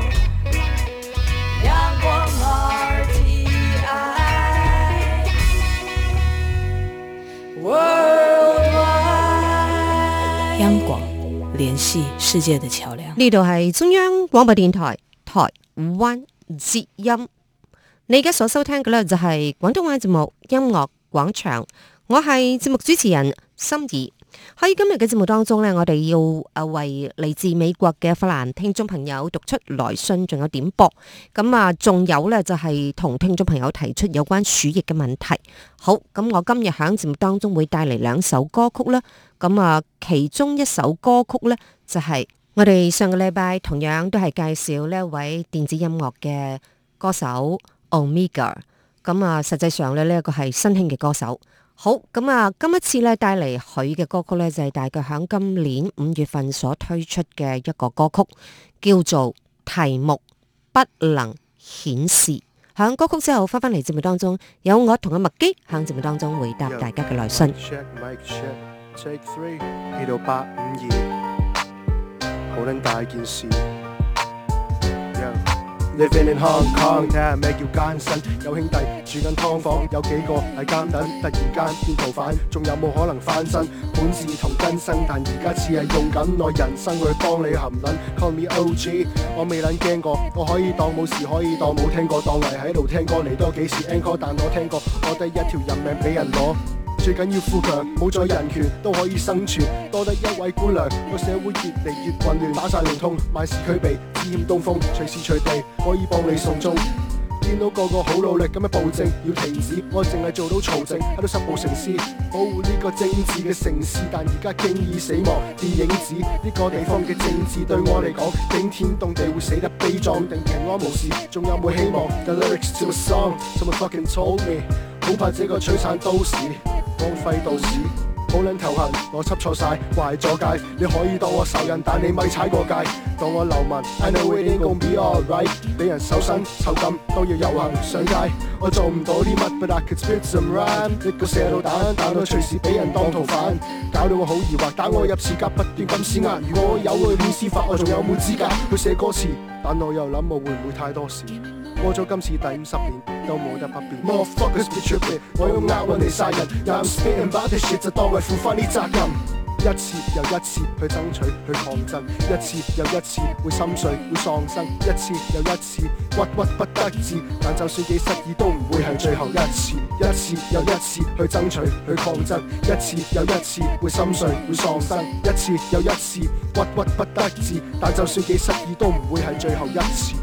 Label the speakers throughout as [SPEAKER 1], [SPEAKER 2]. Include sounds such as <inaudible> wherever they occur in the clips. [SPEAKER 1] 阳光 RTI。Worldwide。
[SPEAKER 2] 央广，联系世界的桥梁。
[SPEAKER 3] 呢度系中央廣播電台台灣之音。你而家所收聽嘅呢，就係廣東話節目《音樂廣場》，我係節目主持人心儀。喺今日嘅節目當中呢，我哋要誒為嚟自美國嘅法蘭聽眾朋友讀出來信，仲有點播。咁啊，仲有呢，就係同聽眾朋友提出有關鼠疫嘅問題。好，咁我今日喺節目當中會帶嚟兩首歌曲啦。咁啊，其中一首歌曲呢，就係、我哋上個禮拜同樣都係介紹呢一位電子音樂嘅歌手 Omega，咁啊，實際上咧呢一個係新興嘅歌手。好，咁啊，今一次咧帶嚟佢嘅歌曲咧就係、大概響今年五月份所推出嘅一個歌曲，叫做題目不能顯示。響歌曲之後翻返嚟節目當中，有我同阿麥基響節目當中回答大家嘅來信。
[SPEAKER 4] Check mic check take three 呢度八五二，好撚大件事。Yeah. Living in Hong Kong，睇下咩叫艱辛。有兄弟住緊劏房，有幾個係監等，突然間變逃犯，仲有冇可能翻身？本事同根生，但而家似係用緊我人生去幫你含撚。Call me OG，我未撚驚過，我可以當冇事，可以當冇聽過，當係喺度聽歌嚟多幾次 encore，但我聽過，我得一條人命俾人攞。最緊要富強，冇咗人權都可以生存，多得一位姑娘，個社會越嚟越混亂，打晒龍通，萬事俱備，只欠東風，隨時隨地可以幫你送終。見到個個好努力咁樣暴政，要停止，我淨係做到曹政，喺度十步成詩，保護呢個政治嘅城市，但而家經已死亡。電影指呢個地方嘅政治對我嚟講，驚天動地會死得悲壯，定平安無事，仲有冇希望？The lyrics to a song someone fucking told me，好怕這個璀璨都市荒廢到屎。好撚頭痕，我執錯晒，壞咗界。你可以當我仇人，但你咪踩過界。當我流民，I know it ain't gon be alright。俾人搜身囚禁，都要遊行上街。我做唔到啲乜，but I could spit some rhyme。一個射到蛋，蛋到隨時俾人當逃犯，搞到我好疑惑，打我入廁格，不斷咁施壓。如果我有去練司法，我仲有冇資格去寫歌詞？但我又諗我會唔會太多事？過咗今次第五十年都冇得不變。Motherfuckers be tripping，我用押韻嚟殺人，又 I'm spitting about this shit 就當係負翻啲責任。一次又一次去爭取去抗爭，一次又一次會心碎會喪生，一次又一次屈屈不得志，但就算幾失意都唔會係最後一次。一次又一次去爭取去抗爭，一次又一次會心碎會喪生，一次又一次屈屈不得志，但就算幾失意都唔會係最後一次。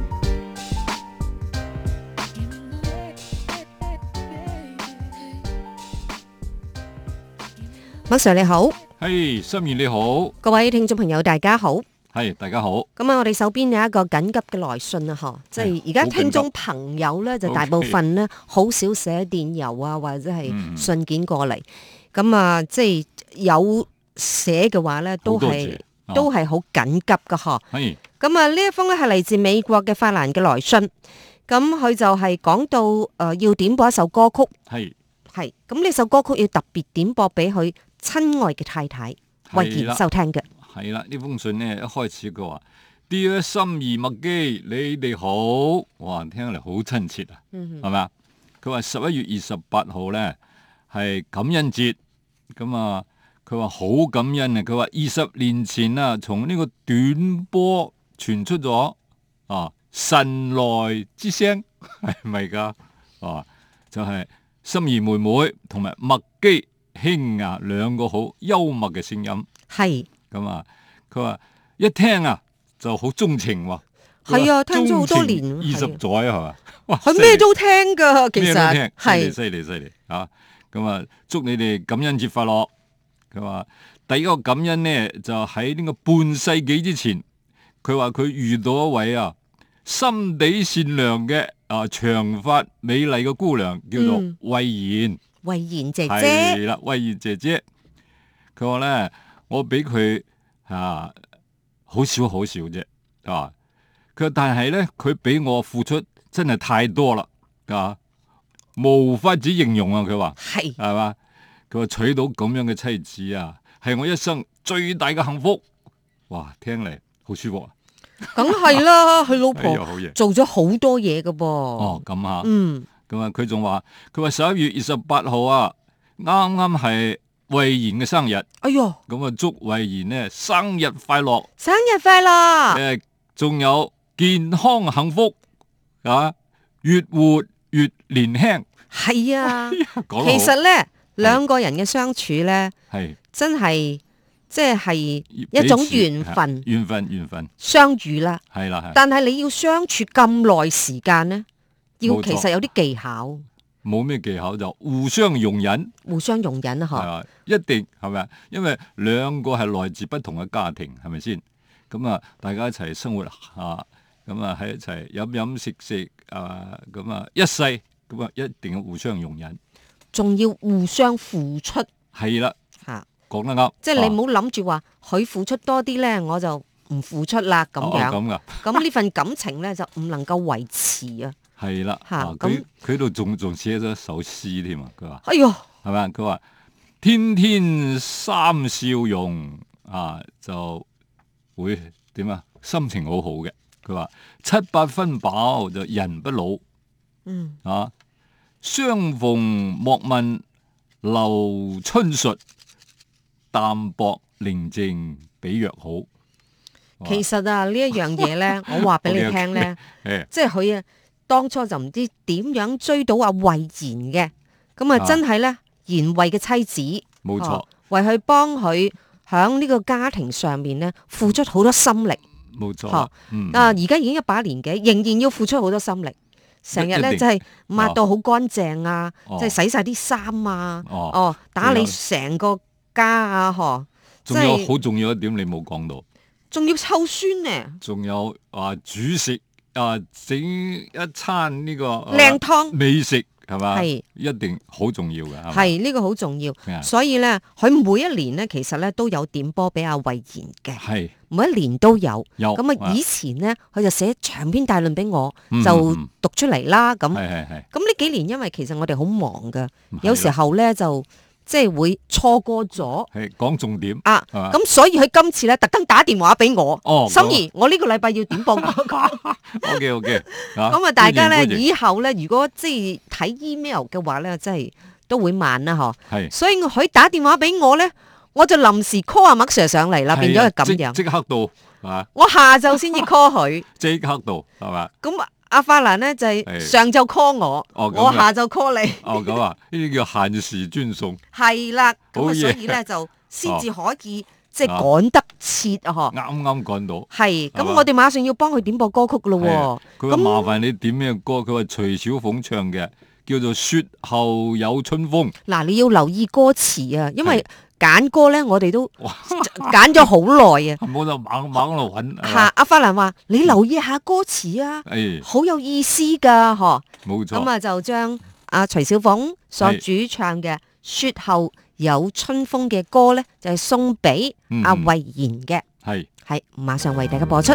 [SPEAKER 3] 麥 Sir 你好，
[SPEAKER 5] 嘿，心怡你好，
[SPEAKER 3] 各位聽眾朋友大家好。
[SPEAKER 5] 係大家好，
[SPEAKER 3] 咁啊，我哋手邊有一個緊急嘅來信啊，嗬，即
[SPEAKER 5] 哎
[SPEAKER 3] 係而家聽眾朋友咧，就大部分咧好少寫電郵啊，或者
[SPEAKER 5] 嗯
[SPEAKER 3] 係信件過嚟。咁啊，即係有寫嘅話咧，都
[SPEAKER 5] 好多
[SPEAKER 3] 係
[SPEAKER 5] 謝啊
[SPEAKER 3] 都係好緊急嘅嗬。
[SPEAKER 5] 係
[SPEAKER 3] 咁啊，呢一封咧係嚟自美國嘅法蘭嘅來信，咁佢就係講到誒、呃要點播一首歌曲，
[SPEAKER 5] 係
[SPEAKER 3] 係咁呢首歌曲要特別點播俾佢親愛嘅太太慧
[SPEAKER 5] 係啦
[SPEAKER 3] 賢收聽嘅。
[SPEAKER 5] 係啦，呢封信呢，一開始佢話：Dear 心儀麥基，你哋好，哇，聽嚟好親切啊，係咪啊？佢話十一月二十八號呢，係感恩節，咁啊，佢話好感恩啊，佢話二十年前啊，從呢個短波傳出咗啊神來之聲， <laughs> 係咪㗎？啊，就係、心儀妹妹同埋麥基兄啊兩個好幽默嘅聲音。
[SPEAKER 3] 係
[SPEAKER 5] 咁啊，佢話一聽啊就好鍾情喎。
[SPEAKER 3] 係啊聽咗好多年
[SPEAKER 5] 二十
[SPEAKER 3] 係啊
[SPEAKER 5] 載係嘛？哇
[SPEAKER 3] 佢
[SPEAKER 5] 犀利
[SPEAKER 3] 咩都聽噶，其
[SPEAKER 5] 咩都聽
[SPEAKER 3] 實
[SPEAKER 5] 犀利
[SPEAKER 3] 係。
[SPEAKER 5] 犀利犀利啊！咁啊，祝你哋感恩節快樂。佢話啊第一個感恩呢，就喺呢個半世紀之前，佢話佢遇到一位啊心地善良嘅啊長髮美麗嘅姑娘，叫做
[SPEAKER 3] 嗯
[SPEAKER 5] 慧妍。
[SPEAKER 3] 慧賢姐姐，
[SPEAKER 5] 係啦，威燕姐姐，佢話咧，我俾佢啊好少好少啫，啊，佢話但係咧，佢俾我付出真係太多啦，啊，無法子形容啊，佢話
[SPEAKER 3] 係
[SPEAKER 5] 係嘛，佢話娶到咁樣嘅妻子啊，係我一生最大嘅幸福，哇，聽嚟好舒服啊，
[SPEAKER 3] 梗係
[SPEAKER 5] <laughs>
[SPEAKER 3] 啦，佢老
[SPEAKER 5] 哎呀，
[SPEAKER 3] 婆
[SPEAKER 5] 好嘢，
[SPEAKER 3] 做咗好多嘢嘅噃。
[SPEAKER 5] 哦，咁啊。
[SPEAKER 3] 嗯，
[SPEAKER 5] 咁啊，佢仲話：佢話十一月二十八號啊，啱啱係慧賢嘅生日，
[SPEAKER 3] 哎呦，
[SPEAKER 5] 咁啊祝慧賢呢生日快樂，
[SPEAKER 3] 生日快樂！
[SPEAKER 5] 誒、仲有健康幸福啊，越活越年
[SPEAKER 3] <laughs>
[SPEAKER 5] 輕。
[SPEAKER 3] 係
[SPEAKER 5] 哎
[SPEAKER 3] 啊，
[SPEAKER 5] 講
[SPEAKER 3] 其
[SPEAKER 5] 得
[SPEAKER 3] 實咧兩個人嘅相處咧，
[SPEAKER 5] 好係
[SPEAKER 3] 真係即係一
[SPEAKER 5] 彼
[SPEAKER 3] 種
[SPEAKER 5] 此
[SPEAKER 3] 緣
[SPEAKER 5] 啊
[SPEAKER 3] 分
[SPEAKER 5] 緣分緣分
[SPEAKER 3] 相遇啦。
[SPEAKER 5] 係啦係，
[SPEAKER 3] 但係你要相處咁耐時間咧，要
[SPEAKER 5] 冇錯
[SPEAKER 3] 其實有啲技巧，
[SPEAKER 5] 冇咩技巧就互相容忍
[SPEAKER 3] 互相容忍
[SPEAKER 5] 係
[SPEAKER 3] 啊！
[SPEAKER 5] 嘛，一定係咪啊？因為兩個係來自不同嘅家庭，係咪先？咁啊，大家一齊生活下，咁啊喺一齊飲飲食食啊，咁啊一世咁啊一定要互相容忍，
[SPEAKER 3] 仲要互相付出
[SPEAKER 5] 係啦，
[SPEAKER 3] 吓。
[SPEAKER 5] 講得啱。
[SPEAKER 3] 即係你
[SPEAKER 5] 啊
[SPEAKER 3] 唔好諗住話佢付出多啲咧，我就唔付出啦咁
[SPEAKER 5] 哦
[SPEAKER 3] 樣。
[SPEAKER 5] 咁噶， <laughs>
[SPEAKER 3] 咁呢份感情咧就唔能夠維持啊！
[SPEAKER 5] 係啦。
[SPEAKER 3] 嚇
[SPEAKER 5] 啊
[SPEAKER 3] 咁
[SPEAKER 5] 佢佢度仲仲寫咗一首詩添啊，佢話
[SPEAKER 3] 哎呦，
[SPEAKER 5] 係咪啊？佢話天天三笑容啊，就會點啊？心情好好嘅。佢話七八分飽就人不老。
[SPEAKER 3] 嗯，
[SPEAKER 5] 啊，相逢莫問留春術，淡薄寧靜比藥好。哇
[SPEAKER 3] 其實啊呢一樣嘢
[SPEAKER 5] <laughs>
[SPEAKER 3] 咧，我話俾你聽咧，
[SPEAKER 5] 誒，
[SPEAKER 3] 即係佢啊當初就唔知點樣追到阿慧賢嘅，咁啊
[SPEAKER 5] 啊
[SPEAKER 3] 真係咧賢慧嘅妻子，
[SPEAKER 5] 冇錯
[SPEAKER 3] 哦，為佢幫佢響呢個家庭上面咧付出好多心力。
[SPEAKER 5] 冇錯
[SPEAKER 3] 嚇
[SPEAKER 5] 啦。嗯，
[SPEAKER 3] 啊，而家已經一把年紀，仍然要付出好多心力，成日
[SPEAKER 5] 一
[SPEAKER 3] 咧
[SPEAKER 5] 定
[SPEAKER 3] 即係抹到好乾淨啊，
[SPEAKER 5] 哦
[SPEAKER 3] 即係洗晒啲衫啊，
[SPEAKER 5] 哦
[SPEAKER 3] 哦，打理
[SPEAKER 5] 仲有
[SPEAKER 3] 成個家啊，嗬，即
[SPEAKER 5] 仲有
[SPEAKER 3] 係
[SPEAKER 5] 好重要一點你冇講到，
[SPEAKER 3] 仲要湊孫呢，
[SPEAKER 5] 仲有啊煮食啊整一餐呢、個啊
[SPEAKER 3] 靚湯
[SPEAKER 5] 美食係嘛，
[SPEAKER 3] 係
[SPEAKER 5] 一定好重要嘅。係
[SPEAKER 3] 係呢個好重要，
[SPEAKER 5] 嘛
[SPEAKER 3] 所以咧佢每一年咧其實咧都有點播俾阿慧賢嘅，
[SPEAKER 5] 係
[SPEAKER 3] 每一年都有。
[SPEAKER 5] 有
[SPEAKER 3] 咁啊，以前咧佢就寫長篇大論俾我，
[SPEAKER 5] 嗯
[SPEAKER 3] 就
[SPEAKER 5] 嗯嗯
[SPEAKER 3] 讀出嚟啦咁。
[SPEAKER 5] 係係係
[SPEAKER 3] 咁呢幾年因為其實我哋好忙噶，
[SPEAKER 5] 嗯係啊
[SPEAKER 3] 有時
[SPEAKER 5] 啦
[SPEAKER 3] 候咧就即係會錯過咗。
[SPEAKER 5] 係講重點
[SPEAKER 3] 啊，
[SPEAKER 5] 係嘛
[SPEAKER 3] 咁所以佢今次咧特登打電話俾我，
[SPEAKER 5] 哦
[SPEAKER 3] 心
[SPEAKER 5] 咁啊
[SPEAKER 3] 儀，我呢個禮拜要點播
[SPEAKER 5] <laughs>
[SPEAKER 3] 嗰個，
[SPEAKER 5] ，OK OK，
[SPEAKER 3] <laughs> 咁啊大家咧
[SPEAKER 5] 已
[SPEAKER 3] 以後咧如果即係睇 email 嘅話咧，真係都會慢啦嗬。
[SPEAKER 5] 係
[SPEAKER 3] 所以佢打電話俾我咧，我就臨時 call 阿麥 Sir 上嚟啦，變咗係咁
[SPEAKER 5] 係啊
[SPEAKER 3] 樣。
[SPEAKER 5] 即即刻到啊，
[SPEAKER 3] 我下晝先至 call 佢，
[SPEAKER 5] 即刻到係嘛？
[SPEAKER 3] 咁阿花蘭咧就係
[SPEAKER 5] 係
[SPEAKER 3] 上晝 call 我，
[SPEAKER 5] 哦咁啊
[SPEAKER 3] 我下晝 call 你， <laughs>
[SPEAKER 5] 哦咁啊，呢啲叫限時專送，
[SPEAKER 3] 係啦，咁
[SPEAKER 5] 好
[SPEAKER 3] 啊
[SPEAKER 5] 嘢哦
[SPEAKER 3] 所以咧就先至可以即係趕得切啊嗬。
[SPEAKER 5] 啱啱趕到。
[SPEAKER 3] 係，咁
[SPEAKER 5] 係嘛
[SPEAKER 3] 我哋馬上要幫佢點播歌曲咯
[SPEAKER 5] 係
[SPEAKER 3] 喎
[SPEAKER 5] 啊。佢話麻煩你點咩歌？佢話徐小鳳唱嘅，叫做《雪後有春風》。
[SPEAKER 3] 嗱，你要留意歌詞啊，因為
[SPEAKER 5] 係
[SPEAKER 3] 揀歌咧，我哋都
[SPEAKER 5] 哇，
[SPEAKER 3] <laughs> 揀咗好耐啊。
[SPEAKER 5] 冇就猛猛喺度揾。 <laughs> 係啊
[SPEAKER 3] 吓
[SPEAKER 5] 嘛，
[SPEAKER 3] 阿法蘭話：你留意下歌詞啊，
[SPEAKER 5] 誒，
[SPEAKER 3] 好有意思㗎，嗬。
[SPEAKER 5] 冇
[SPEAKER 3] 咁
[SPEAKER 5] 錯，
[SPEAKER 3] 啊，就將阿徐小鳳所主
[SPEAKER 5] 係
[SPEAKER 3] 唱嘅《雪後有春風》嘅歌咧，就係送俾
[SPEAKER 5] 嗯
[SPEAKER 3] 阿慧賢嘅，
[SPEAKER 5] 係
[SPEAKER 3] 係馬上為大家播出。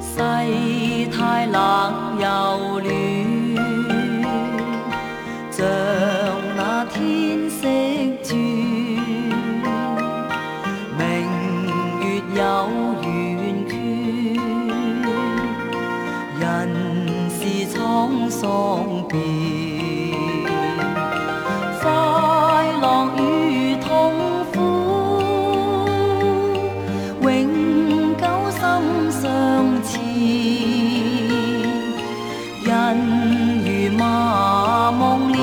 [SPEAKER 6] 世太冷又暖，像那天色轉，明月有圓缺，人是滄桑變，快樂與痛苦。永久心相似，人如麻木了，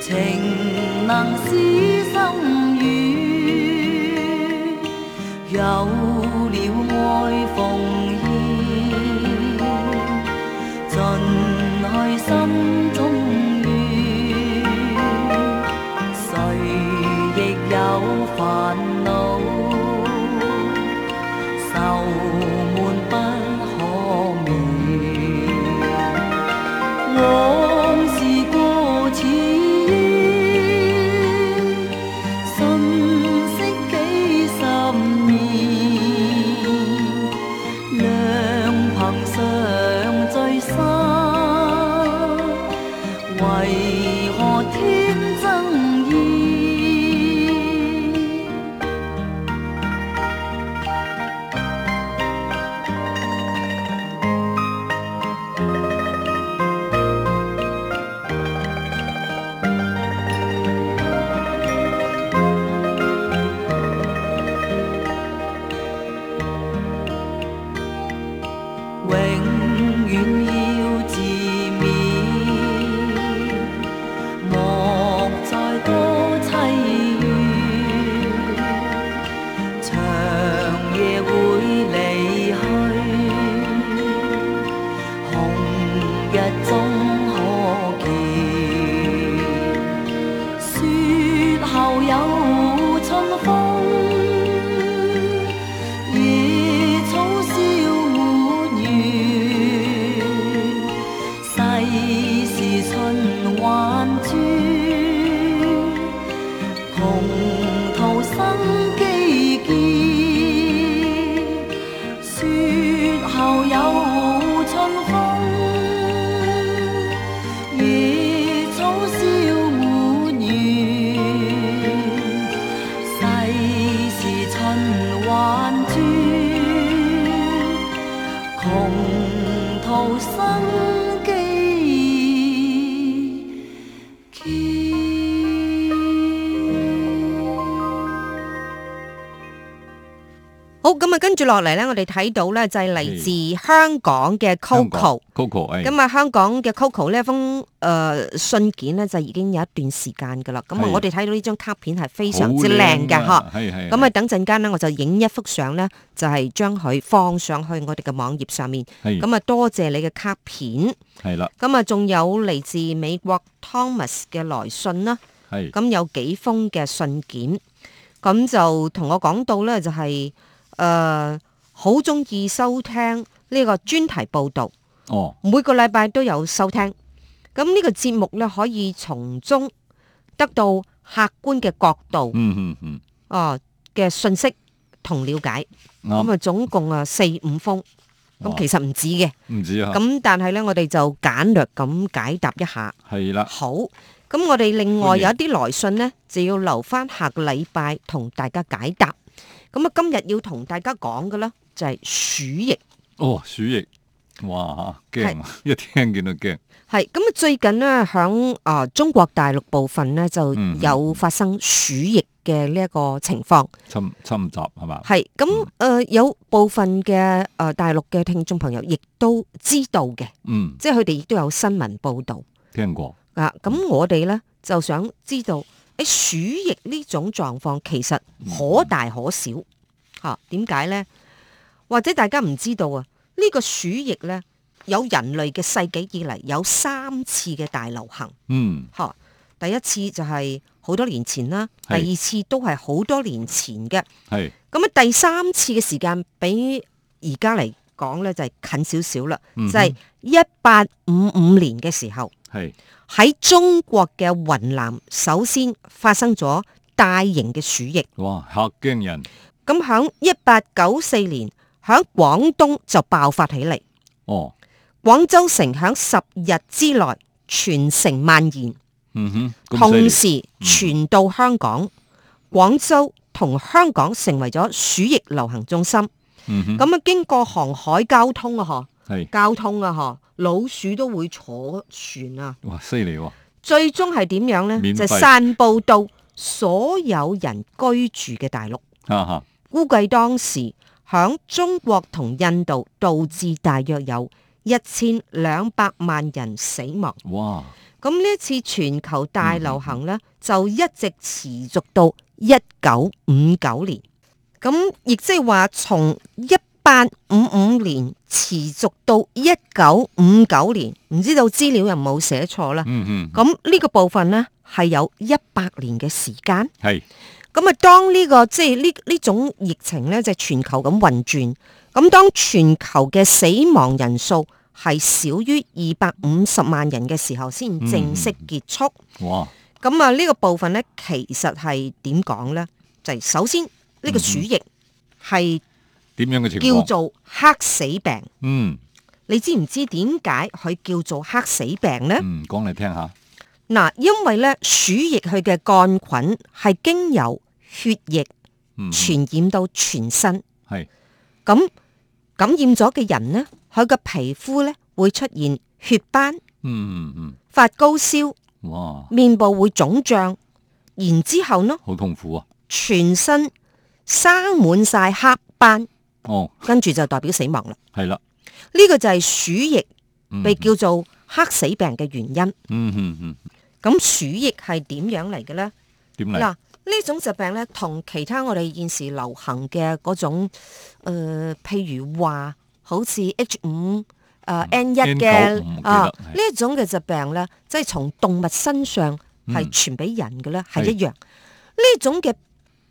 [SPEAKER 6] 情能使心軟，有了愛奉獻，心中乱，谁亦有煩惱，愁悶不可寐，往事過此煙。信息幾十年，兩憑常聚散，為何天爭議？永遠要自勉，莫再多凄怨。長夜會離去，紅日終可見。雪後有春風。野草燒滿園，世事循環轉，窮途生機見。雪後有春風，野草燒滿園。世事循環轉，窮途生機見。
[SPEAKER 3] 好，咁啊，跟住落嚟咧，我哋睇到咧就係
[SPEAKER 5] 嗯
[SPEAKER 3] 嚟自香港嘅 Coco。
[SPEAKER 5] Coco，誒，哎
[SPEAKER 3] 咁啊，香港嘅 Coco 呢一封誒、呃信件咧，就已經有一段時間噶啦。咁啊
[SPEAKER 5] 係，
[SPEAKER 3] 我哋睇到呢張卡片係非常之靚嘅
[SPEAKER 5] 好
[SPEAKER 3] 嗬
[SPEAKER 5] 靚啊，。係係。
[SPEAKER 3] 咁啊，等陣間咧，我就影一幅相咧，就係將佢放上去我哋嘅網頁上面。
[SPEAKER 5] 係
[SPEAKER 3] 咁啊，多謝你嘅卡片。
[SPEAKER 5] 係啦，
[SPEAKER 3] 咁啊，仲有嚟自美國 Thomas 嘅來信啦。
[SPEAKER 5] 係
[SPEAKER 3] 咁有幾封嘅信件，咁就同我講到咧，就係誒好中意收聽呢個專題報導，
[SPEAKER 5] 哦，
[SPEAKER 3] 每個禮拜都有收聽。咁呢個節目咧，可以從中得到客觀嘅角度
[SPEAKER 5] 嗯嗯
[SPEAKER 3] 啊嘅信息同了解。
[SPEAKER 5] 嗯，
[SPEAKER 3] 咁
[SPEAKER 5] 啱，
[SPEAKER 3] 啊，總共啊四五封，咁
[SPEAKER 5] 哇
[SPEAKER 3] 其實唔止嘅。
[SPEAKER 5] 唔止啊，
[SPEAKER 3] 咁但係咧，我哋就簡略咁解答一下。
[SPEAKER 5] 係啦，
[SPEAKER 3] 好，咁我哋另
[SPEAKER 5] 啊歡
[SPEAKER 3] 外
[SPEAKER 5] 迎
[SPEAKER 3] 有一啲來信呢，就要留翻下個禮拜同大家解答。咁啊，今日要同大家講嘅呢，就係鼠疫，
[SPEAKER 5] 哦，鼠疫，哇，驚啊， <laughs> 一聽見到驚，
[SPEAKER 3] 係咁啊，最近呢，響啊、中國大陸部分呢，就
[SPEAKER 5] 嗯
[SPEAKER 3] 有發生鼠疫嘅呢一個情況，
[SPEAKER 5] 侵侵襲係嘛？
[SPEAKER 3] 係咁
[SPEAKER 5] 嗯
[SPEAKER 3] 誒有部分嘅誒、呃大陸嘅聽眾朋友亦都知道嘅，
[SPEAKER 5] 嗯，
[SPEAKER 3] 即係佢哋亦都有新聞報導。
[SPEAKER 5] 聽過，
[SPEAKER 3] 啊，咁我哋咧就想知道，誒鼠疫呢種狀況其實可
[SPEAKER 5] 嗯
[SPEAKER 3] 大可小嚇，點解咧？或者大家唔知道啊？呢、個鼠疫咧，有人類嘅世紀以嚟有三次嘅大流行
[SPEAKER 5] 嗯，
[SPEAKER 3] 嚇、第一次就係好多年前啦，第
[SPEAKER 5] 係
[SPEAKER 3] 二次都係好多年前嘅，
[SPEAKER 5] 係
[SPEAKER 3] 咁啊第三次嘅時間比而家嚟講咧就係、近少少啦，
[SPEAKER 5] 嗯哼
[SPEAKER 3] 就係一八五五年嘅時候。
[SPEAKER 5] 係，
[SPEAKER 3] 喺中國嘅雲南首先發生咗大型嘅鼠疫，
[SPEAKER 5] 哇，嚇驚人，
[SPEAKER 3] 咁響一八九四年響廣東就爆發起嚟，
[SPEAKER 5] 哦，
[SPEAKER 3] 廣州城響十日之內全城蔓延，
[SPEAKER 5] 嗯哼，
[SPEAKER 3] 同
[SPEAKER 5] 咁犀利，嗯
[SPEAKER 3] 時傳到香港，廣州同香港成為咗鼠疫流行中心。
[SPEAKER 5] 嗯哼，
[SPEAKER 3] 咁啊，經過航海交通啊，嗬，
[SPEAKER 5] 係，
[SPEAKER 3] 交通啊，嗬，老鼠都會坐船啊。
[SPEAKER 5] 哇，犀利喎，
[SPEAKER 3] 最終係點樣呢？
[SPEAKER 5] 免費
[SPEAKER 3] 就散佈到所有人居住嘅大陸。
[SPEAKER 5] 哈哈，
[SPEAKER 3] 估計當時響中國同印度導致大約有一千兩百萬人死亡。
[SPEAKER 5] 哇，
[SPEAKER 3] 咁呢一次全球大流行
[SPEAKER 5] 嗯
[SPEAKER 3] 呢，就一直持續到一九五九年。咁亦即係話，從一八五五年持續到一九五九年，唔知道資料有冇寫錯啦。
[SPEAKER 5] 嗯嗯，
[SPEAKER 3] 咁呢個部分呢，係有一百年嘅時間。
[SPEAKER 5] 係
[SPEAKER 3] 咁啊，當呢、個即係呢呢種疫情咧，就係全球咁運轉。咁當全球嘅死亡人數係少於二百五十萬人嘅時候，先正式結束。
[SPEAKER 5] 哇，
[SPEAKER 3] 咁啊、呢個部分咧，其實係點講咧？就係、首先呢、個鼠疫係
[SPEAKER 5] 點樣嘅情
[SPEAKER 3] 叫
[SPEAKER 5] 況？
[SPEAKER 3] 做黑死病。
[SPEAKER 5] 嗯
[SPEAKER 3] 你知唔知點解佢叫做黑死病咧？
[SPEAKER 5] 嗯，講嚟聽下。
[SPEAKER 3] 嗱，因為咧鼠疫佢嘅桿菌係經由血液
[SPEAKER 5] 嗯，
[SPEAKER 3] 傳染到全身。
[SPEAKER 5] 係
[SPEAKER 3] 咁感染咗嘅人呢，佢嘅皮膚呢會出現血斑、
[SPEAKER 5] 嗯嗯
[SPEAKER 3] 發高燒、
[SPEAKER 5] 嗯，哇，
[SPEAKER 3] 面部會腫脹，然之後呢，
[SPEAKER 5] 好痛苦啊！
[SPEAKER 3] 全身生滿晒黑斑，
[SPEAKER 5] 哦，
[SPEAKER 3] 跟住就代表死亡啦。
[SPEAKER 5] 係啦，
[SPEAKER 3] 呢、個就係鼠疫被叫做黑死病嘅原因。
[SPEAKER 5] 嗯嗯嗯，
[SPEAKER 3] 咁鼠疫係點樣嚟嘅呢？
[SPEAKER 5] 點
[SPEAKER 3] 嗱，
[SPEAKER 5] 嚟？
[SPEAKER 3] 呢種疾病咧，同其他我哋現時流行嘅嗰種、呃、譬如話好似 H 五
[SPEAKER 5] 嗯
[SPEAKER 3] 誒 N 一
[SPEAKER 5] N9 唔記
[SPEAKER 3] 嘅
[SPEAKER 5] 得
[SPEAKER 3] 啊
[SPEAKER 5] 係
[SPEAKER 3] 呢一種嘅疾病咧，即係從動物身上係
[SPEAKER 5] 嗯
[SPEAKER 3] 傳俾人嘅咧，
[SPEAKER 5] 係
[SPEAKER 3] 係一樣。呢種嘅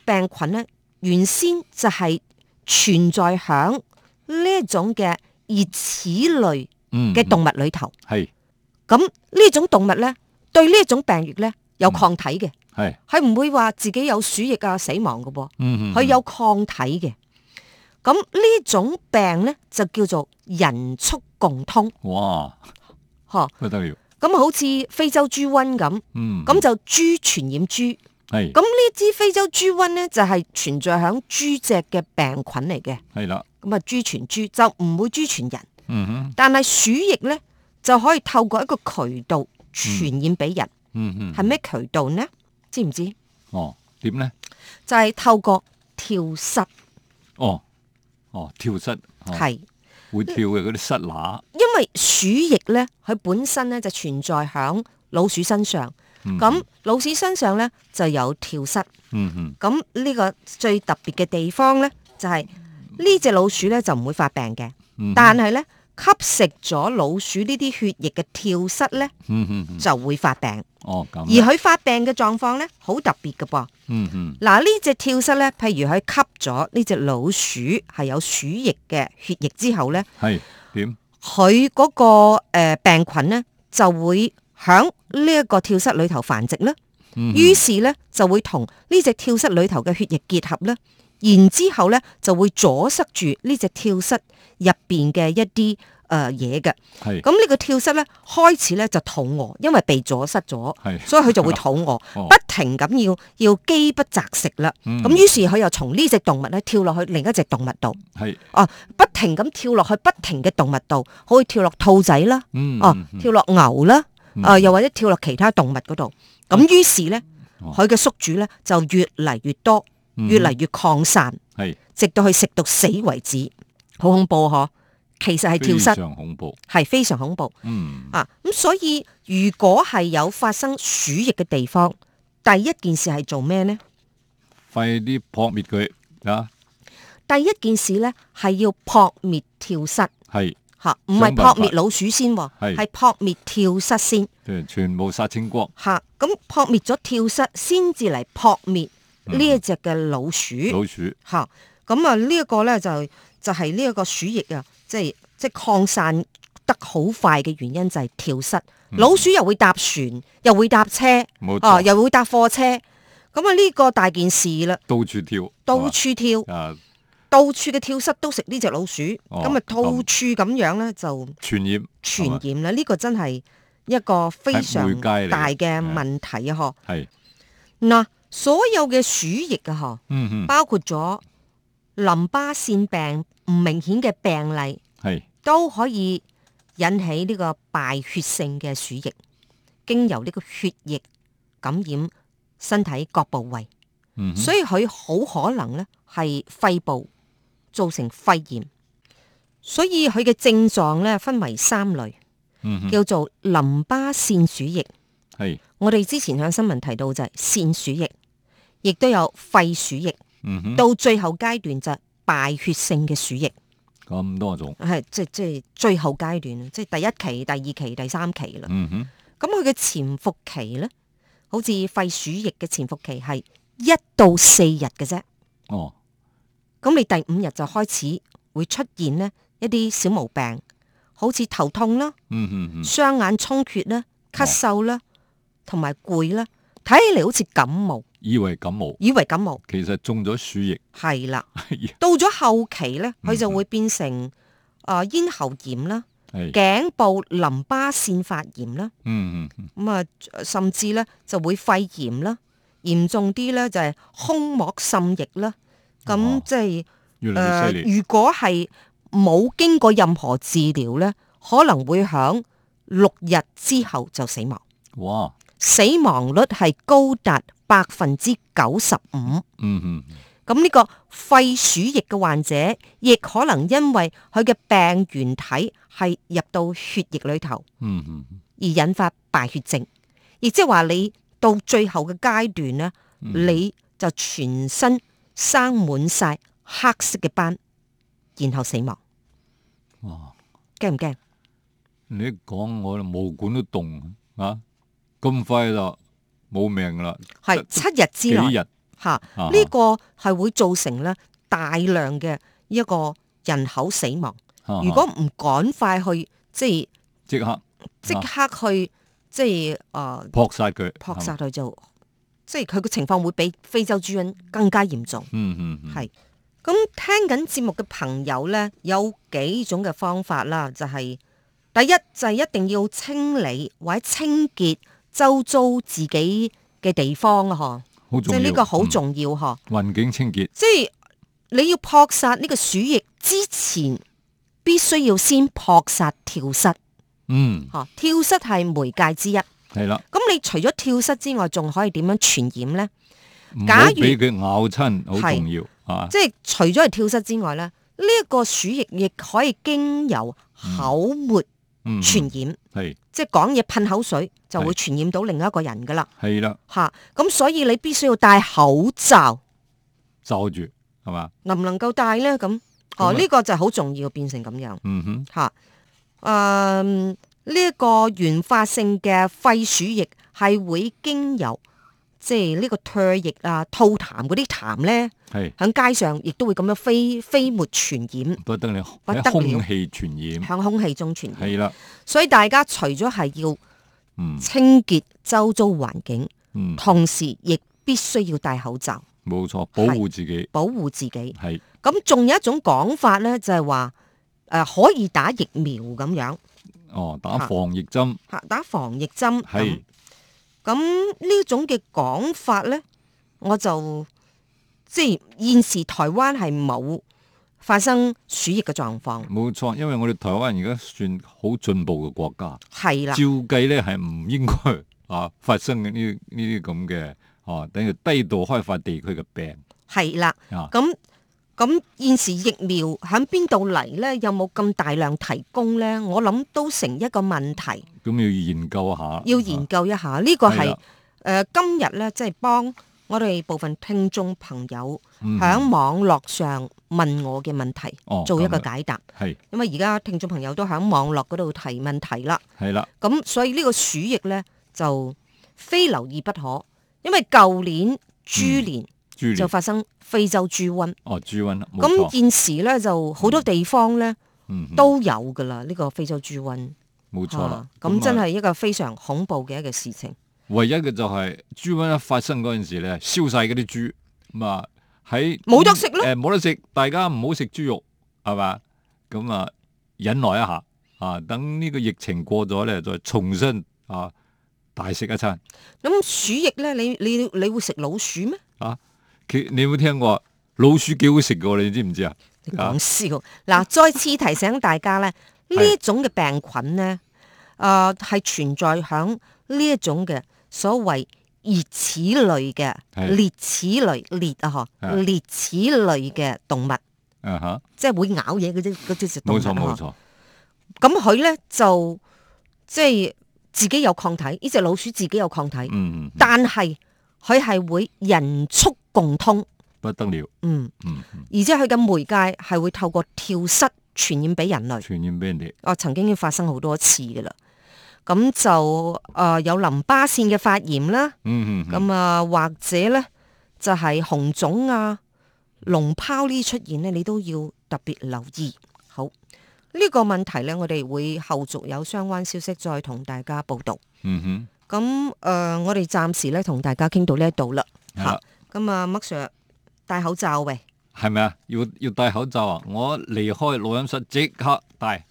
[SPEAKER 3] 病菌咧，原先就係存在響呢一種嘅熱齒類
[SPEAKER 5] 嗯
[SPEAKER 3] 嘅動物裏頭。
[SPEAKER 5] 係
[SPEAKER 3] 咁呢種動物咧，對呢一種病疫咧有
[SPEAKER 5] 嗯
[SPEAKER 3] 抗體嘅。
[SPEAKER 5] 係，
[SPEAKER 3] 佢唔會話自己有鼠疫啊死亡嘅噃，
[SPEAKER 5] 嗯嗯，
[SPEAKER 3] 佢有抗體嘅。咁呢種病呢，就叫做人畜共通，
[SPEAKER 5] 哇，
[SPEAKER 3] 嗬。
[SPEAKER 5] 不得了，
[SPEAKER 3] 咁好似非洲豬瘟咁，
[SPEAKER 5] 嗯，
[SPEAKER 3] 咁就豬傳染豬。
[SPEAKER 5] 係
[SPEAKER 3] 咁呢支非洲豬瘟呢，就係、存在響豬隻嘅病菌嚟嘅。
[SPEAKER 5] 係啦，
[SPEAKER 3] 咁啊，豬傳豬就唔會豬傳人，
[SPEAKER 5] 嗯哼，
[SPEAKER 3] 但係鼠疫呢，就可以透過一個渠道傳染俾人。
[SPEAKER 5] 嗯嗯，
[SPEAKER 3] 係咩、渠道呢？知唔知？
[SPEAKER 5] 哦，點咧？
[SPEAKER 3] 就係、透過跳蚤，
[SPEAKER 5] 哦哦，跳蚤哦
[SPEAKER 3] 係、
[SPEAKER 5] 會跳嘅嗰啲虱乸，
[SPEAKER 3] 因為鼠疫咧，佢本身咧就存在響老鼠身上，咁、老鼠身上咧就有跳蚤，
[SPEAKER 5] 嗯嗯，
[SPEAKER 3] 咁呢個最特別嘅地方咧就係呢只老鼠咧就唔會發病嘅，
[SPEAKER 5] 嗯
[SPEAKER 3] 但係咧吸食咗老鼠呢啲血液嘅跳蚤咧
[SPEAKER 5] 嗯嗯嗯，
[SPEAKER 3] 就會發病，
[SPEAKER 5] 哦咁
[SPEAKER 3] 而
[SPEAKER 5] 咧，
[SPEAKER 3] 佢發病嘅狀況咧好特別嘅噃。
[SPEAKER 5] 嗯嗯
[SPEAKER 3] 嗱，呢只跳蚤咧，譬如佢吸咗呢只老鼠係有鼠疫嘅血液之後咧。
[SPEAKER 5] 係點？
[SPEAKER 3] 佢嗰、個呃病菌咧就會響呢一個跳蚤裏頭繁殖啦。
[SPEAKER 5] 嗯
[SPEAKER 3] 於是咧就會同呢只跳蚤裏頭嘅血液結合啦，然之後咧就會阻塞住呢只跳蚤入邊嘅一啲誒嘢嘅。
[SPEAKER 5] 係
[SPEAKER 3] 咁呢個跳蚤咧開始咧就肚餓，因為被阻塞咗
[SPEAKER 5] 係，
[SPEAKER 3] 所以佢就會肚餓，
[SPEAKER 5] <laughs> 哦
[SPEAKER 3] 不停咁要要飢不擇食啦。
[SPEAKER 5] 嗯
[SPEAKER 3] 咁於是佢又從呢只動物咧跳落去另一隻動物度。
[SPEAKER 5] 係
[SPEAKER 3] 哦，不停咁跳落去不停嘅動物度，可以跳落兔仔啦，
[SPEAKER 5] 嗯
[SPEAKER 3] 哦
[SPEAKER 5] 嗯，嗯
[SPEAKER 3] 跳落牛啦，
[SPEAKER 5] 嗯
[SPEAKER 3] 啊，又或者跳落其他動物嗰度。咁於是咧，
[SPEAKER 5] 哦
[SPEAKER 3] 佢嘅宿主咧就越嚟越多，
[SPEAKER 5] 嗯
[SPEAKER 3] 越嚟越擴散，
[SPEAKER 5] 係
[SPEAKER 3] 直到佢食到死為止。好恐怖嗬！其實係
[SPEAKER 5] 非
[SPEAKER 3] 跳蚤，
[SPEAKER 5] 常恐怖，
[SPEAKER 3] 係非常恐怖
[SPEAKER 5] 嗯
[SPEAKER 3] 啊！咁所以如果係有發生鼠疫嘅地方，第一件事係做咩呢？
[SPEAKER 5] 快啲撲滅佢啊！
[SPEAKER 3] 第一件事咧係要撲滅跳蚤。
[SPEAKER 5] 係
[SPEAKER 3] 吓，唔係
[SPEAKER 5] 想辦
[SPEAKER 3] 撲
[SPEAKER 5] 法
[SPEAKER 3] 滅老鼠先喎，
[SPEAKER 5] 係
[SPEAKER 3] 係撲滅跳蚤先
[SPEAKER 5] 即係全部殺清光，
[SPEAKER 3] 吓。咁撲滅咗跳蚤，先至嚟撲滅呢一隻嘅老鼠
[SPEAKER 5] 嗯老鼠
[SPEAKER 3] 吓。咁啊，呢一個咧就就係呢一個鼠疫啊，即係即係擴散得好快嘅原因就係跳蚤。老鼠又會搭船，又會搭車
[SPEAKER 5] 嗯冇，錯
[SPEAKER 3] 啊，又會搭貨車。咁啊，呢個大件事啦，
[SPEAKER 5] 到處跳，
[SPEAKER 3] 到處跳。
[SPEAKER 5] 係嘛啊
[SPEAKER 3] 到處嘅跳蚤都食呢只老鼠，
[SPEAKER 5] 哦
[SPEAKER 3] 咁啊到處咁樣咧就
[SPEAKER 5] 傳染
[SPEAKER 3] 傳染啦。呢、個真係一個非
[SPEAKER 5] 係
[SPEAKER 3] 常
[SPEAKER 5] 媒介嚟嘅
[SPEAKER 3] 大嘅問題啊！嗬，
[SPEAKER 5] 係
[SPEAKER 3] 嗱，所有嘅鼠疫啊，
[SPEAKER 5] 嗯
[SPEAKER 3] 嗬，
[SPEAKER 5] 嗯
[SPEAKER 3] 包括咗淋巴腺病唔明顯嘅病例，
[SPEAKER 5] 係
[SPEAKER 3] 都可以引起呢個敗血性嘅鼠疫，經由呢個血液感染身體各部位，
[SPEAKER 5] 嗯哼
[SPEAKER 3] 所以佢好可能咧係肺部造成肺炎，所以佢嘅症狀咧分為三類。
[SPEAKER 5] 嗯哼
[SPEAKER 3] 叫做淋巴腺鼠疫。
[SPEAKER 5] 係
[SPEAKER 3] 我哋之前喺新聞提到就係腺鼠疫，亦都有肺鼠疫，
[SPEAKER 5] 嗯哼
[SPEAKER 3] 到最後階段就係敗血性嘅鼠疫。
[SPEAKER 5] 咁多種，
[SPEAKER 3] 係即係即係最後階段啦，即係第一期、第二期、第三期啦。
[SPEAKER 5] 嗯哼，
[SPEAKER 3] 咁佢嘅潛伏期咧，好似肺鼠疫嘅潛伏期係一到四日嘅啫。
[SPEAKER 5] 哦，
[SPEAKER 3] 咁你第五日就開始會出現呢一啲小毛病，好似頭痛啦、
[SPEAKER 5] 嗯哼嗯
[SPEAKER 3] 雙眼充血啦、咳嗽啦，同埋攰啦，睇起嚟好似感冒，
[SPEAKER 5] 以為感冒，
[SPEAKER 3] 以為感冒
[SPEAKER 5] 其實中咗鼠疫，
[SPEAKER 3] 係啦。
[SPEAKER 5] 係啊
[SPEAKER 3] 到咗後期咧，佢就會變成啊咽喉炎啦、
[SPEAKER 5] 係，
[SPEAKER 3] 頸部淋巴腺發炎啦，
[SPEAKER 5] 嗯嗯
[SPEAKER 3] 咁啊甚至咧就會肺炎啦，嚴重啲咧就係胸膜滲液啦。
[SPEAKER 5] 哇
[SPEAKER 3] 咁即係。
[SPEAKER 5] 越
[SPEAKER 3] 誒、
[SPEAKER 5] 嚟越犀利，
[SPEAKER 3] 呃如果係冇經過任何治療咧，可能會響六日之後就死亡，
[SPEAKER 5] 哇，
[SPEAKER 3] 死亡率係高達百分之九十五。
[SPEAKER 5] 嗯哼，
[SPEAKER 3] 咁呢個肺鼠疫嘅患者，亦可能因為佢嘅病原體係入到血液裏頭，
[SPEAKER 5] 嗯哼，
[SPEAKER 3] 而引發敗血症。亦即係話你到最後嘅階段咧，你就全身生滿晒黑色嘅斑，然後死亡。
[SPEAKER 5] 哇。
[SPEAKER 3] 驚唔驚？
[SPEAKER 5] 你一講我毛管都凍啊！咁快就冇命啦，
[SPEAKER 3] 係七日
[SPEAKER 5] 幾
[SPEAKER 3] 之內
[SPEAKER 5] 日
[SPEAKER 3] 吓，呢、
[SPEAKER 5] 啊
[SPEAKER 3] 個係會造成咧大量嘅一個人口死亡。
[SPEAKER 5] 啊
[SPEAKER 3] 如果唔趕快去，即
[SPEAKER 5] 即刻
[SPEAKER 3] 係即
[SPEAKER 5] 啊
[SPEAKER 3] 刻去，即係诶
[SPEAKER 5] 撲殺佢，
[SPEAKER 3] 撲
[SPEAKER 5] 係
[SPEAKER 3] 殺
[SPEAKER 5] 嘛，
[SPEAKER 3] 佢就，即係佢嘅情況會比非洲豬瘟更加嚴重。
[SPEAKER 5] 嗯嗯嗯，
[SPEAKER 3] 係咁聽緊節目嘅朋友呢，有幾種嘅方法啦，就係、第一就係一定要清理或者清潔周遭自己嘅地方啊，嗬，
[SPEAKER 5] 好
[SPEAKER 3] 即
[SPEAKER 5] 重要，
[SPEAKER 3] 係呢個好
[SPEAKER 5] 嗯
[SPEAKER 3] 重要嗬。
[SPEAKER 5] 環境清潔，
[SPEAKER 3] 即係你要撲殺呢個鼠疫之前，必須要先撲殺跳蚤。
[SPEAKER 5] 嗯，
[SPEAKER 3] 吓，跳蚤係媒介之一。
[SPEAKER 5] 係啦，
[SPEAKER 3] 咁你除咗跳蚤之外，仲可以點樣傳染呢？
[SPEAKER 5] 唔好
[SPEAKER 3] 假如
[SPEAKER 5] 俾佢咬親，好
[SPEAKER 3] 係
[SPEAKER 5] 重要啊，
[SPEAKER 3] 即係除咗係跳蚤之外咧，呢、呢一個鼠疫亦可以經由口沫
[SPEAKER 5] 嗯，
[SPEAKER 3] 傳染，
[SPEAKER 5] 係
[SPEAKER 3] 即係講嘢噴口水就會
[SPEAKER 5] 係
[SPEAKER 3] 傳染到另一個人噶啦
[SPEAKER 5] 係啦，
[SPEAKER 3] 吓。咁所以你必須要戴口罩，
[SPEAKER 5] 罩住係嘛，
[SPEAKER 3] 能唔能夠戴呢？咁哦，
[SPEAKER 5] 咁啊
[SPEAKER 3] 呢、個就好重要，變成咁樣。
[SPEAKER 5] 嗯哼，
[SPEAKER 3] 吓，誒呢一個原發性嘅肺鼠疫係會經由即係呢個唾液啊、吐痰嗰啲痰咧，
[SPEAKER 5] 係
[SPEAKER 3] 喺街上亦都會咁樣飛飛沫傳染，
[SPEAKER 5] 不得你
[SPEAKER 3] 得了
[SPEAKER 5] 喺空氣傳染，
[SPEAKER 3] 向空氣中傳染。
[SPEAKER 5] 係啦，
[SPEAKER 3] 所以大家除咗係要
[SPEAKER 5] 嗯
[SPEAKER 3] 清潔周遭環境，
[SPEAKER 5] 嗯，
[SPEAKER 3] 同時亦必須要戴口罩
[SPEAKER 5] 冇錯，保護自己
[SPEAKER 3] 保護自己。
[SPEAKER 5] 係
[SPEAKER 3] 咁仲有一種講法咧，就係話誒可以打疫苗咁樣
[SPEAKER 5] 哦，打防疫針
[SPEAKER 3] 嚇，打防疫針咁
[SPEAKER 5] 係
[SPEAKER 3] 咁呢種嘅講法呢，我就即係現時台灣係冇發生鼠疫嘅狀況，
[SPEAKER 5] 冇錯，因為我哋台灣而家算好進步嘅國家。
[SPEAKER 3] 係啦
[SPEAKER 5] 照，計咧係唔應該啊發生嘅呢呢啲咁嘅啊，等於低度開發地區嘅病
[SPEAKER 3] 係啦。
[SPEAKER 5] 啊，
[SPEAKER 3] 咁咁現時疫苗喺邊度嚟呢？有冇咁大量提供呢？我諗都成一個問題，
[SPEAKER 5] 咁要研究下，啊
[SPEAKER 3] 要研究一下。呢、個
[SPEAKER 5] 係
[SPEAKER 3] 係
[SPEAKER 5] 啦
[SPEAKER 3] 誒今日呢，即係幫我哋部分聽眾朋友
[SPEAKER 5] 嗯
[SPEAKER 3] 喺網絡上問我嘅問題，
[SPEAKER 5] 哦
[SPEAKER 3] 做一個
[SPEAKER 5] 咁啊
[SPEAKER 3] 解答。
[SPEAKER 5] 係
[SPEAKER 3] 因為而家聽眾朋友都喺網絡嗰度提問題啦，
[SPEAKER 5] 係啦，
[SPEAKER 3] 咁所以呢個鼠疫呢，就非留意不可，因為舊年豬年
[SPEAKER 5] 嗯豬
[SPEAKER 3] 就
[SPEAKER 5] 年
[SPEAKER 3] 發生非洲豬瘟，
[SPEAKER 5] 哦豬瘟啦，冇
[SPEAKER 3] 咁
[SPEAKER 5] 錯，
[SPEAKER 3] 現時呢，就好多地方呢
[SPEAKER 5] 嗯哼
[SPEAKER 3] 都有噶啦，呢、個非洲豬瘟，
[SPEAKER 5] 冇錯啦
[SPEAKER 3] 啊，咁真
[SPEAKER 5] 啊
[SPEAKER 3] 係一個非常恐怖嘅一個事情，
[SPEAKER 5] 唯一嘅就係豬瘟一發生嗰陣時咧，燒晒嗰啲豬咁啊喺
[SPEAKER 3] 冇得食咯
[SPEAKER 5] 誒冇得食，大家唔好食豬肉係嘛，咁啊忍耐一下啊，等呢個疫情過咗咧，再重新啊大食一餐。
[SPEAKER 3] 咁鼠疫呢，你你你會食老鼠咩？
[SPEAKER 5] 其你有冇聽過老鼠幾好食嘅喎？你知唔知啊？
[SPEAKER 3] 你講笑
[SPEAKER 5] <laughs>
[SPEAKER 3] 嗱，再次提醒大家咧，呢一種嘅病菌咧，誒係存在響呢一種嘅所謂熱齒類嘅
[SPEAKER 5] 係
[SPEAKER 3] 裂齒類裂啊
[SPEAKER 5] 係
[SPEAKER 3] 嗬，裂齒類嘅動物，
[SPEAKER 5] 啊哈，
[SPEAKER 3] 即係會咬嘢嗰啲嗰啲動物
[SPEAKER 5] 冇
[SPEAKER 3] 啊
[SPEAKER 5] 錯冇
[SPEAKER 3] 嗬
[SPEAKER 5] 錯，
[SPEAKER 3] 咁佢咧就即係自己有抗體，呢只老鼠自己有抗體，
[SPEAKER 5] 嗯，嗯
[SPEAKER 3] 但係佢係會人畜共通，
[SPEAKER 5] 不得了，
[SPEAKER 3] 嗯。
[SPEAKER 5] 嗯，
[SPEAKER 3] 而且佢嘅媒介係會透過跳蚤傳染俾人類。
[SPEAKER 5] 傳染俾人哋。
[SPEAKER 3] 我曾經已經發生好多次噶啦。咁就誒、呃有淋巴腺嘅發炎啦，
[SPEAKER 5] 嗯嗯嗯
[SPEAKER 3] 咁啊、或者咧就係、紅腫啊、膿疱呢出現咧，你都要特別留意。好，呢、個問題咧，我哋會後續有相關消息再同大家報道。
[SPEAKER 5] 嗯
[SPEAKER 3] 咁誒、呃我哋暫時咧同大家傾到呢一度啦。
[SPEAKER 5] 哼，係啦。
[SPEAKER 3] 咁啊，麥 Sir 戴口罩喂，
[SPEAKER 5] 係咪啊？要要戴口罩啊！我離開錄音室即刻戴，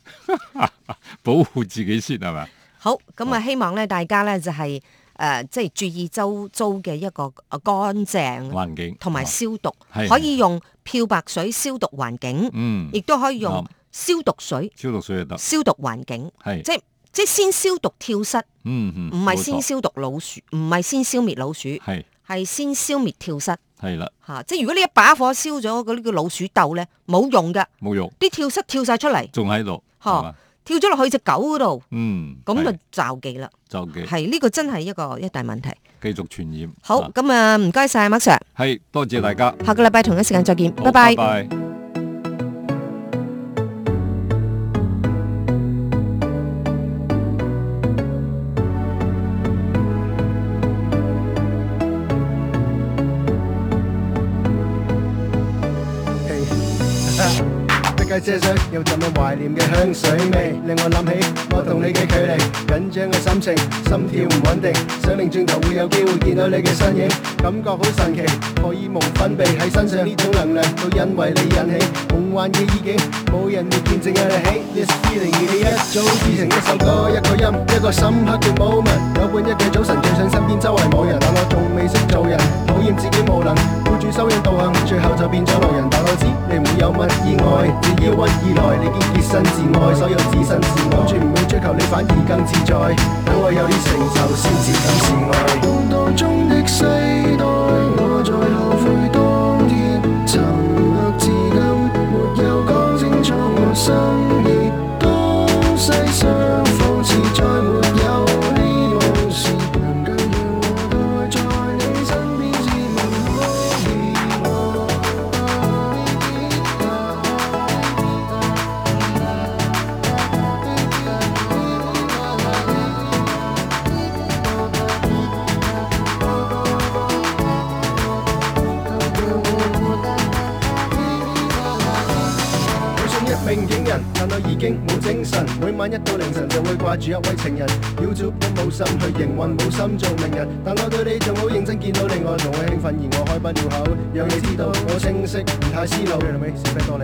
[SPEAKER 5] <laughs> 保護自己先係咪？
[SPEAKER 3] 好，咁啊，希望咧大家咧就係、呃即係注意周遭嘅一個呃乾淨
[SPEAKER 5] 環境
[SPEAKER 3] 同埋
[SPEAKER 5] 啊
[SPEAKER 3] 消毒，
[SPEAKER 5] 係
[SPEAKER 3] 可以用漂白水消毒環境，
[SPEAKER 5] 嗯
[SPEAKER 3] 亦都可以用
[SPEAKER 5] 啱
[SPEAKER 3] 消毒水
[SPEAKER 5] 消毒水就得，
[SPEAKER 3] 消毒環境，
[SPEAKER 5] 係
[SPEAKER 3] 即係即係先消毒跳蚤，
[SPEAKER 5] 嗯嗯，
[SPEAKER 3] 唔係
[SPEAKER 5] 冇錯
[SPEAKER 3] 先消毒老鼠，唔係先消滅老鼠，
[SPEAKER 5] 係
[SPEAKER 3] 係先消滅跳蚤嚇、
[SPEAKER 5] 係啦，
[SPEAKER 3] 即係如果你一把火燒咗嗰啲叫老鼠竇咧，冇用㗎，
[SPEAKER 5] 冇用，
[SPEAKER 3] 啲跳蚤跳晒出嚟，
[SPEAKER 5] 仲喺度，
[SPEAKER 3] 呵
[SPEAKER 5] 係嘛？
[SPEAKER 3] 跳咗落去只狗嗰度，
[SPEAKER 5] 嗯，
[SPEAKER 3] 咁
[SPEAKER 5] 係
[SPEAKER 3] 就罩忌啦。
[SPEAKER 5] 就嘅
[SPEAKER 3] 係呢個真係一個一大問題。
[SPEAKER 5] 繼續傳染。
[SPEAKER 3] 好，
[SPEAKER 5] 啊
[SPEAKER 3] 咁啊唔該晒麥 Sir，
[SPEAKER 5] 係多謝大家，
[SPEAKER 3] 下個禮拜同一時間再見，
[SPEAKER 5] 好
[SPEAKER 3] 拜拜。
[SPEAKER 5] 拜拜
[SPEAKER 4] 嘿不計車廂有陣味懷念嘅香水味，令我諗起我同你嘅距離，緊張嘅心情，心跳唔穩定，想擰轉頭會有機會見到你嘅身影，感覺好神奇，荷爾蒙分泌喺身上呢種能量，都因為你引起夢幻嘅意境，冇人會見證有你起，This feeling 而你一早已成一首歌，一個音，一個深刻嘅 moment，有半一嘅早晨，最想身邊周圍冇人，但我仲未識做人，討厭自己無能，顧住修養道行，最後就變咗路人，但我知你唔會有乜意外，自要屈以來，你已潔身自愛，所有自身自愛，諗住唔會追求你，反而更自在。等我有啲成就先至敢示愛。動盪中的世代，我在後悔當天沉默至今，沒有講清楚我心意。當世相逢時，再沒有呢種事，能夠讓我待在你身邊，是無可以。好想一命影人，但我已經冇精神。每晚一到凌晨就會掛住一位情人，要做都冇心去營運，冇心做名人。但我對你仲好認真，見到你我仲好興奮，而我開不了口，讓你知道我清晰，唔太思路。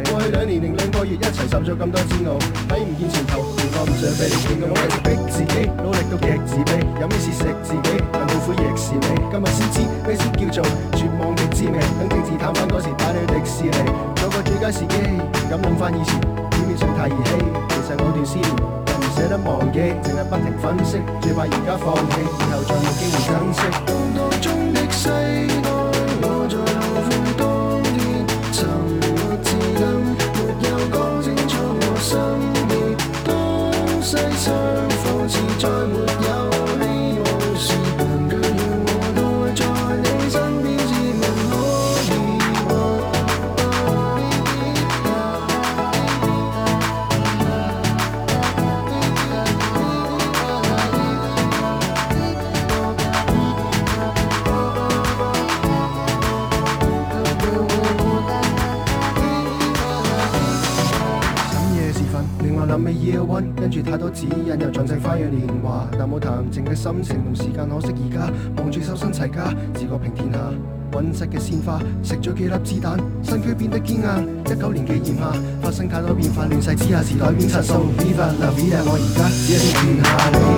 [SPEAKER 4] 過去兩年零兩個月一齊受咗咁多煎熬，睇唔見前頭，連我唔想俾你見到，我一直逼自己，努力到極自卑，有咩事食自己，但後悔亦是美。今日先知咩先叫做絕望的滋味，等政治淡翻嗰時打你去迪士尼，做個最佳時機，唔敢諗翻以前，表面上太兒戲，其實我段思念又唔捨得忘記，淨係不停分析，最怕而家放棄，以後再冇機會珍惜。動盪中的世代，我在後悔當天沉默至今，沒有講清楚我心意。當世相逢時，再沒有呢往事，能夠讓我待在你身邊，是無可以。深夜時分，令我諗起 Year One，跟住太多指引又盡釋花樣年華，但冇談情嘅心情同時間，可惜而家望住修身齊家，自覺平天下。溫室嘅鮮花，食咗幾粒子彈，身軀變得堅硬。一九年嘅炎夏，發生太多變化，亂世之下時代變失數。Viva la vida，我而家只係剩下你。